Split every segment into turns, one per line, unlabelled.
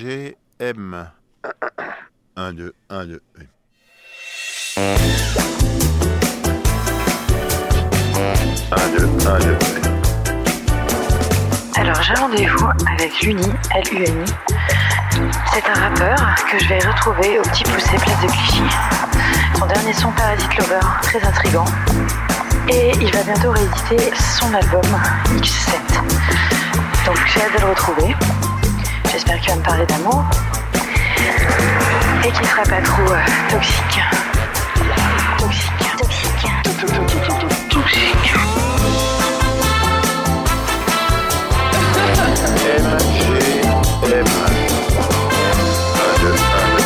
MGM. 1, 2, 1, 2.
Alors j'ai rendez-vous avec Luni, L-U-N-I. C'est un rappeur que je vais retrouver au petit poussé place de Clichy. Son dernier son Parasite Lover, très intrigant. Et il va bientôt rééditer son album X7. Donc j'ai hâte de le retrouver. J'espère qu'il va me parler d'amour. Et qu'il sera pas trop euh, toxique. Toxique. Toxique. Toxique.
MGM. 1, 2, 1, 2.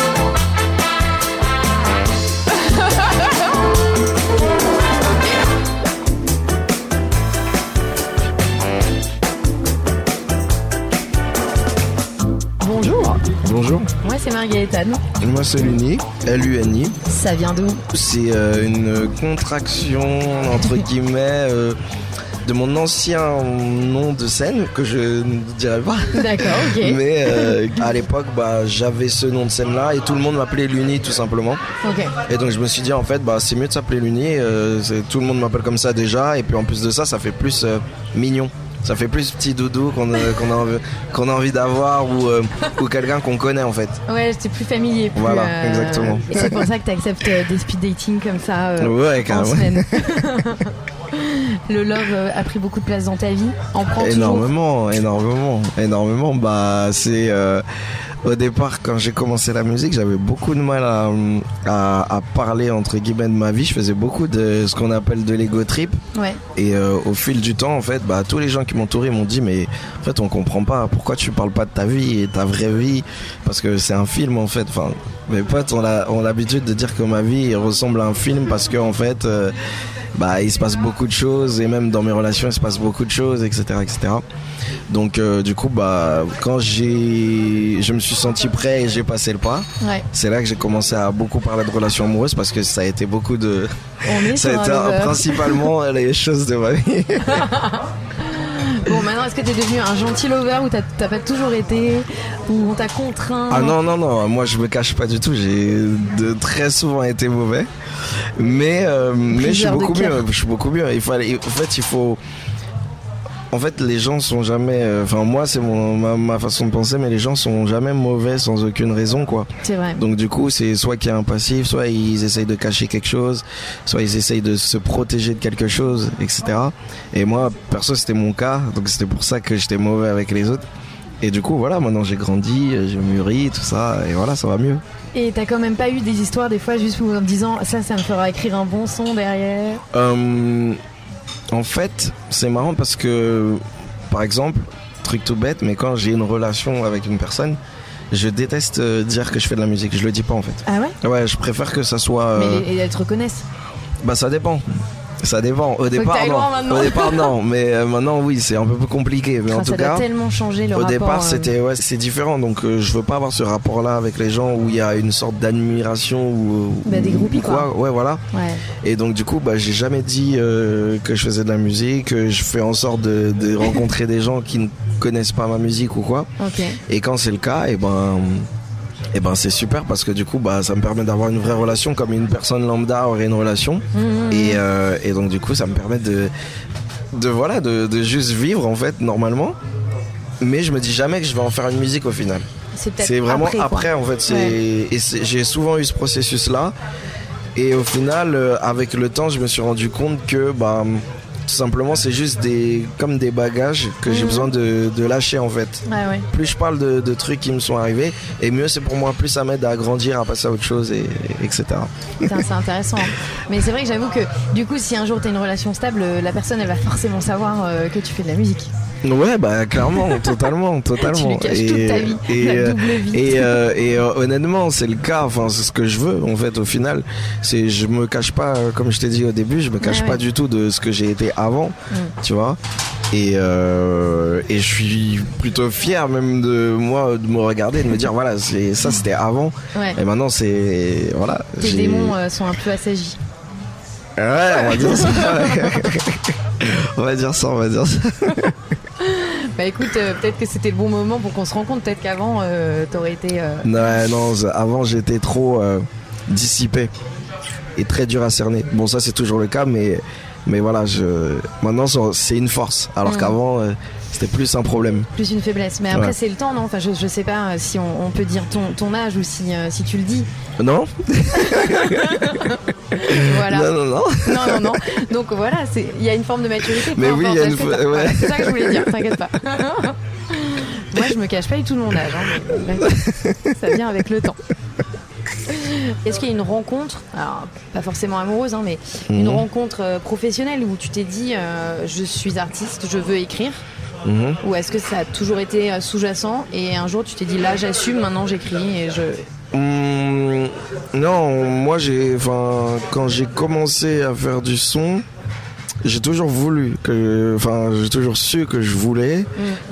Bonjour,
Bonjour,
moi c'est Marguerite Anne.
moi c'est Luni, L-U-N-I.
Ça vient d'où
C'est euh, une contraction, entre guillemets, euh, de mon ancien nom de scène, que je ne dirai pas.
D'accord, ok.
Mais euh, à l'époque, bah, j'avais ce nom de scène-là et tout le monde m'appelait Luni tout simplement.
Ok.
Et donc je me suis dit, en fait, bah, c'est mieux de s'appeler Luni, euh, c'est- tout le monde m'appelle comme ça déjà. Et puis en plus de ça, ça fait plus euh, mignon. Ça fait plus petit doudou qu'on euh, qu'on a, envie- qu'on a envie d'avoir ou, euh, ou quelqu'un qu'on connaît en fait.
Ouais, j'étais plus familier. Plus, euh,
Voilà, exactement.
Et c'est pour ça que t'acceptes euh, des speed dating comme ça euh,
Ouais,
en
carrément.
semaine. Le love euh, a pris beaucoup de place dans ta vie. En prend toujours.
Énormément, énormément, énormément. Bah, c'est euh, au départ quand j'ai commencé la musique, j'avais beaucoup de mal à, à, à parler entre guillemets de ma vie. Je faisais beaucoup de ce qu'on appelle de l'ego trip.
Ouais.
Et euh, au fil du temps, en fait, bah, tous les gens qui m'entouraient m'ont dit, mais en fait, on comprend pas pourquoi tu parles pas de ta vie et ta vraie vie, parce que c'est un film, en fait. Enfin, mes potes ont la- ont l'habitude de dire que ma vie ressemble à un film parce que, en fait, euh, bah, il se passe beaucoup de choses et même dans mes relations, il se passe beaucoup de choses, etc., etc. Donc, euh, du coup, bah, quand j'ai, je me suis senti prêt et j'ai passé le pas,
Ouais.
c'est là que j'ai commencé à beaucoup parler de relations amoureuses parce que ça a été beaucoup de,
On est
ça a
sur un Ah.
été euh,
lover.
principalement les choses de ma vie.
Bon, maintenant, est-ce que t'es devenu un gentil lover ou t'as t'as pas toujours été Ou on t'a contraint
Ah non, non, non, moi je me cache pas du tout, j'ai de très souvent été mauvais. Mais, euh, mais je suis
Briseur de
beaucoup
cœur.
mieux, je suis beaucoup mieux. Il fallait, en fait, il faut. En fait, les gens sont jamais. euh, Enfin, moi, c'est mon- ma, ma façon de penser, mais les gens sont jamais mauvais sans aucune raison, quoi.
C'est vrai.
Donc, du coup, c'est soit qu'il y a un passif, soit ils essayent de cacher quelque chose, soit ils essayent de se protéger de quelque chose, etc. Et moi, perso, c'était mon cas, donc c'était pour ça que j'étais mauvais avec les autres. Et du coup, voilà, maintenant j'ai grandi, euh, j'ai mûri, tout ça, et voilà, ça va mieux.
Et t'as quand même pas eu des histoires des fois juste pour- en te disant ça, ça me fera écrire un bon son derrière.
Euh, en fait, c'est marrant parce que, par exemple, truc tout bête, mais quand j'ai une relation avec une personne, je déteste euh, dire que je fais de la musique, je le dis pas en fait.
Ah ouais
Ouais, je préfère que ça soit. euh,
Mais et elles te reconnaissent.
Bah ça dépend. Ça dépend. Au départ,
t'ailles loin maintenant.
non. Au départ, non. Mais euh, maintenant, oui, c'est un peu plus compliqué. Mais
Enfin,
en tout
ça doit
cas,
tellement changer le
au
rapport.
départ,
euh,
c'était ouais, c'est différent. Donc, euh, je veux pas avoir ce rapport-là avec les gens où il y a une sorte d'admiration ou
Bah,
ou-
des groupies,
ou Ouais, voilà.
Ouais.
Et donc, du coup, bah, j'ai jamais dit euh, que je faisais de la musique. que Je fais en sorte de, de rencontrer des gens qui ne connaissent pas ma musique ou quoi.
Ok.
Et quand c'est le cas, et ben, et ben c'est super parce que du coup, bah, ça me permet d'avoir une vraie relation comme une personne lambda aurait une relation.
Mmh.
Et, euh, et donc du coup, ça me permet de, de voilà, de, de juste vivre en fait normalement. Mais je me dis jamais que je vais en faire une musique au final.
C'est peut-être
C'est vraiment après,
quoi.
en fait. C'est
Ouais.
et c'est- j'ai souvent eu ce processus là. Et au final, euh, avec le temps, je me suis rendu compte que bah tout simplement, c'est juste des comme des bagages que j'ai
Mhm.
besoin de, de lâcher en fait
Ouais, ouais.
plus je parle de, de trucs qui me sont arrivés, et mieux c'est pour moi, plus ça m'aide à grandir, à passer à autre chose, et, et- etc.
Putain, c'est intéressant. Mais c'est vrai que j'avoue que du coup, si un jour t'as une relation stable, euh, la personne elle va forcément savoir euh, que tu fais de la musique.
Ouais, bah clairement, totalement,
Tu
totalement.
lui caches toute ta vie,
et,
la
euh,
double vie.
et, euh, et, euh, honnêtement, c'est le cas, enfin c'est ce que je veux en fait au final. C'est je me cache pas, euh, comme je t'ai dit au début, je me cache
Ouais,
pas
ouais.
du tout de ce que j'ai été avant,
Mm.
tu vois. Et, euh, et je suis plutôt fier même de moi de me regarder, de me dire voilà, c'est ça c'était avant,
Ouais.
et maintenant c'est voilà.
Tes
j'ai-
démons euh, sont un peu assagis.
Ouais, on va dire ça. on va dire ça, on va dire ça.
Bah écoute, euh, peut-être que c'était le bon moment pour qu'on se rencontre. Peut-être qu'avant, euh, t'aurais été. euh,
Non, non, z- avant j'étais trop euh, dissipé et très dur à cerner. Bon, ça c'est toujours le cas, mais, mais voilà, je, maintenant ça- c'est une force, alors
Mm.
qu'avant euh, c'était plus un problème.
plus une faiblesse. Mais après,
Ouais.
c'est le temps, non Enfin, je, je sais pas euh, si on, on peut dire ton, ton âge ou si, euh, si tu le dis.
Non
Voilà.
Non, non, non.
Non, non, non. Donc voilà, c'est- il y a une forme de maturité. peu
Mais oui,
importe
il y a
l'âge
une
que t'as.
fa- ouais.
Voilà, c'est ça que je voulais dire, t'inquiète pas. Moi, je me cache pas du tout de mon âge. hein, mais bref, ça vient avec le temps. Est-ce qu'il y a une rencontre, alors pas forcément amoureuse, hein, mais une
Mhm.
rencontre euh, professionnelle où tu t'es dit euh, je suis artiste, je veux écrire
Mhm.
Ou est-ce que ça a toujours été euh, sous-jacent et un jour tu t'es dit là j'assume, maintenant j'écris et je.
Hum, non, moi j'ai, enfin, quand j'ai commencé à faire du son, j'ai toujours voulu que, enfin, j'ai toujours su que je voulais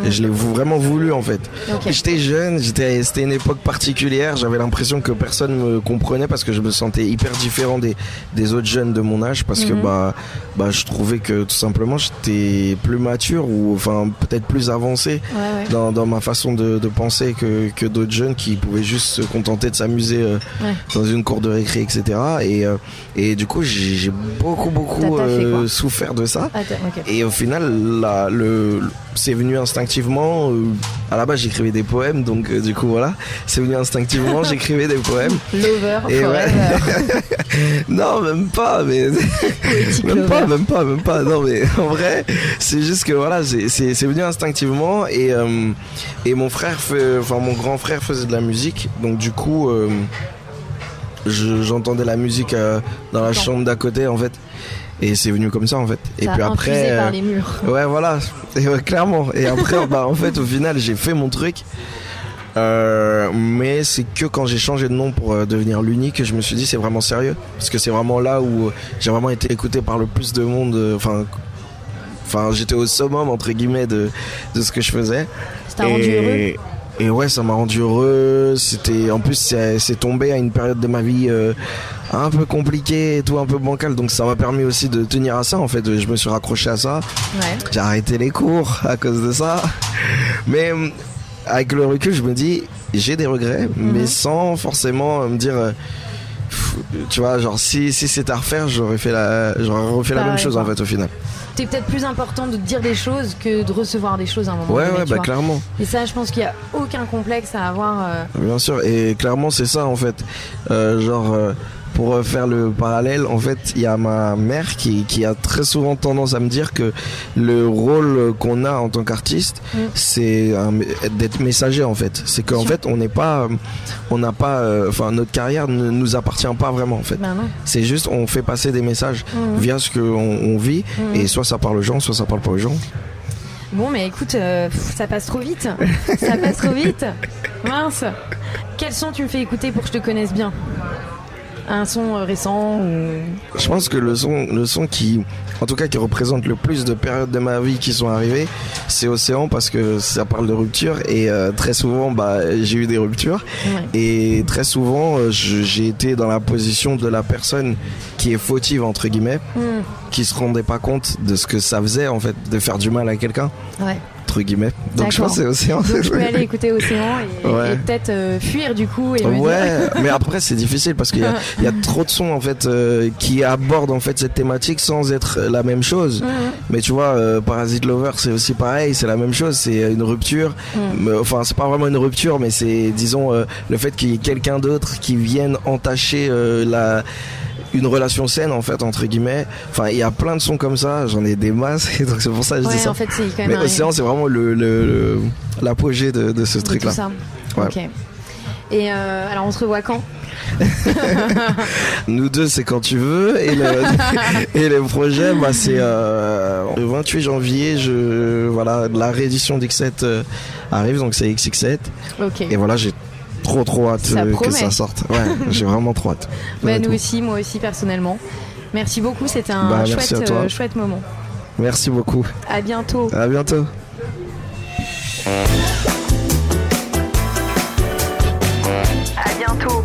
et je l'ai vraiment voulu en fait.
Ok.
J'étais jeune, j'étais, c'était une époque particulière. J'avais l'impression que personne me comprenait parce que je me sentais hyper différent des, des autres jeunes de mon âge parce
Mhm.
que bah, bah, je trouvais que tout simplement j'étais plus mature ou enfin peut-être plus avancé
Ouais, ouais.
dans, dans ma façon de, de penser que, que d'autres jeunes qui pouvaient juste se contenter de s'amuser euh,
Ouais.
dans une cour de récré, etc. Et, euh, et du coup, j'ai j'ai beaucoup,
T'as
beaucoup
taffé,
euh,
quoi.
souffert de ça.
Ah, t'as- ok.
Et au final, là, le, c'est venu instinctivement. euh, à la base, j'écrivais des poèmes, donc euh, du coup, voilà. C'est venu instinctivement, j'écrivais des poèmes.
Lover,
Et
forever.
Non, même pas, mais. même pas, même pas, même pas. Non, mais en vrai, c'est juste que voilà, c'est- c'est c'est venu instinctivement. Et, euh, et mon frère, fait- enfin, mon grand frère faisait de la musique. Donc, du coup, euh, je- j'entendais la musique euh, dans la
D'accord.
chambre d'à côté, en fait. Et c'est venu comme ça, en fait. Et
Ça
puis
a infusé
après. euh,
par les murs.
Ouais, voilà, Et ouais, clairement. Et après, bah, en fait, au final, j'ai fait mon truc. Euh, mais c'est que quand j'ai changé de nom pour euh, devenir l'unique, que je me suis dit c'est vraiment sérieux. Parce que c'est vraiment là où euh, j'ai vraiment été écouté par le plus de monde. euh, Enfin, enfin j'étais au summum, entre guillemets, de, de ce que je faisais.
Ça t'a rendu heureux
Et ouais, ça m'a rendu heureux. C'était, en plus, c'est c'est tombé à une période de ma vie euh, un peu compliquée et tout, un peu bancale. Donc ça m'a permis aussi de tenir à ça. En fait, je me suis raccroché à ça.
Ouais.
J'ai arrêté les cours à cause de ça. Mais hum, avec le recul, je me dis, j'ai des regrets,
Mhm.
mais sans forcément euh, me dire. euh, pff, Tu vois, genre si, si c'était à refaire, j'aurais fait la, j'aurais refait la
Pareil,
même chose en
quoi.
fait au final.
C'est peut-être plus important de dire des choses que de recevoir des choses à un moment
Ouais,
donné,
ouais,
tu
bah
vois.
clairement,
Et ça, je pense qu'il n'y a aucun complexe à avoir. euh,
bien sûr. Et clairement, c'est ça en fait. Euh, genre, euh, pour euh, faire le parallèle, en fait, il y a ma mère qui, qui a très souvent tendance à me dire que le rôle qu'on a en tant qu'artiste,
Mm.
c'est un- d'être messager en fait. C'est qu'en
Sûr.
fait, on n'est pas, euh, on n'a pas, euh, enfin, notre carrière ne nous appartient pas vraiment en fait.
Ben non.
C'est juste, on fait passer des messages
Mhm.
via ce qu'on on vit,
Mhm.
et soit ça parle aux gens, soit ça parle pas aux gens.
Bon, mais écoute, euh, pff, ça passe trop vite. ça passe trop vite. Mince. Quel son tu me fais écouter pour que je te connaisse bien Un son euh, récent ou.
Je pense que le son, le son qui, en tout cas, qui représente le plus de périodes de ma vie qui sont arrivées, c'est Océan parce que ça parle de rupture et euh, très souvent, bah, j'ai eu des ruptures
Ouais.
et très souvent, euh, je- j'ai été dans la position de la personne qui est fautive entre guillemets,
Hmm,
qui se rendait pas compte de ce que ça faisait en fait de faire du mal à quelqu'un
ouais.
entre guillemets. Donc je
D'accord.
pense que c'est Océan.
Donc je peux aller écouter Océan et,
Ouais.
et peut-être euh, fuir du coup et me dire.
Ouais, mais après c'est difficile parce qu'il y, a- il y a trop de sons en fait euh, qui abordent en fait cette thématique sans être la même chose.
Hmm,
Mais tu vois, euh, Parasite Lover, c'est aussi pareil, c'est la même chose, c'est euh, une rupture.
Mm.
Mais, Enfin, c'est pas vraiment une rupture, mais c'est, disons, euh, le fait qu'il y ait quelqu'un d'autre qui vienne entacher euh, la une relation saine en fait entre guillemets enfin il y a plein de sons comme ça j'en ai des masses et donc c'est pour ça que je
Hmm. ouais,
dis ça
en fait, c'est quand même
mais
un-
Océan c'est vraiment le, le- le- l'apogée de, de ce
de
truc là
tout ça.
Ouais.
Ok. Et euh, alors, on se revoit quand
Nous deux, c'est quand tu veux. Et le, et le projet, bah, c'est euh, le 28 janvier. Je, voilà, la réédition d'X7 euh, arrive, donc c'est XX7.
Ok.
Et voilà, j'ai trop trop hâte
Ça
euh,
promet.
que ça sorte. Ouais, j'ai vraiment trop hâte.
Bah,
Honnêtement.
nous aussi, moi aussi personnellement. Merci beaucoup, c'était un
Bah, merci à
chouette,
toi.
euh, chouette moment.
Merci beaucoup.
À bientôt.
À bientôt.
À bientôt.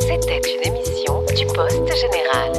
C'était une émission du Poste Général.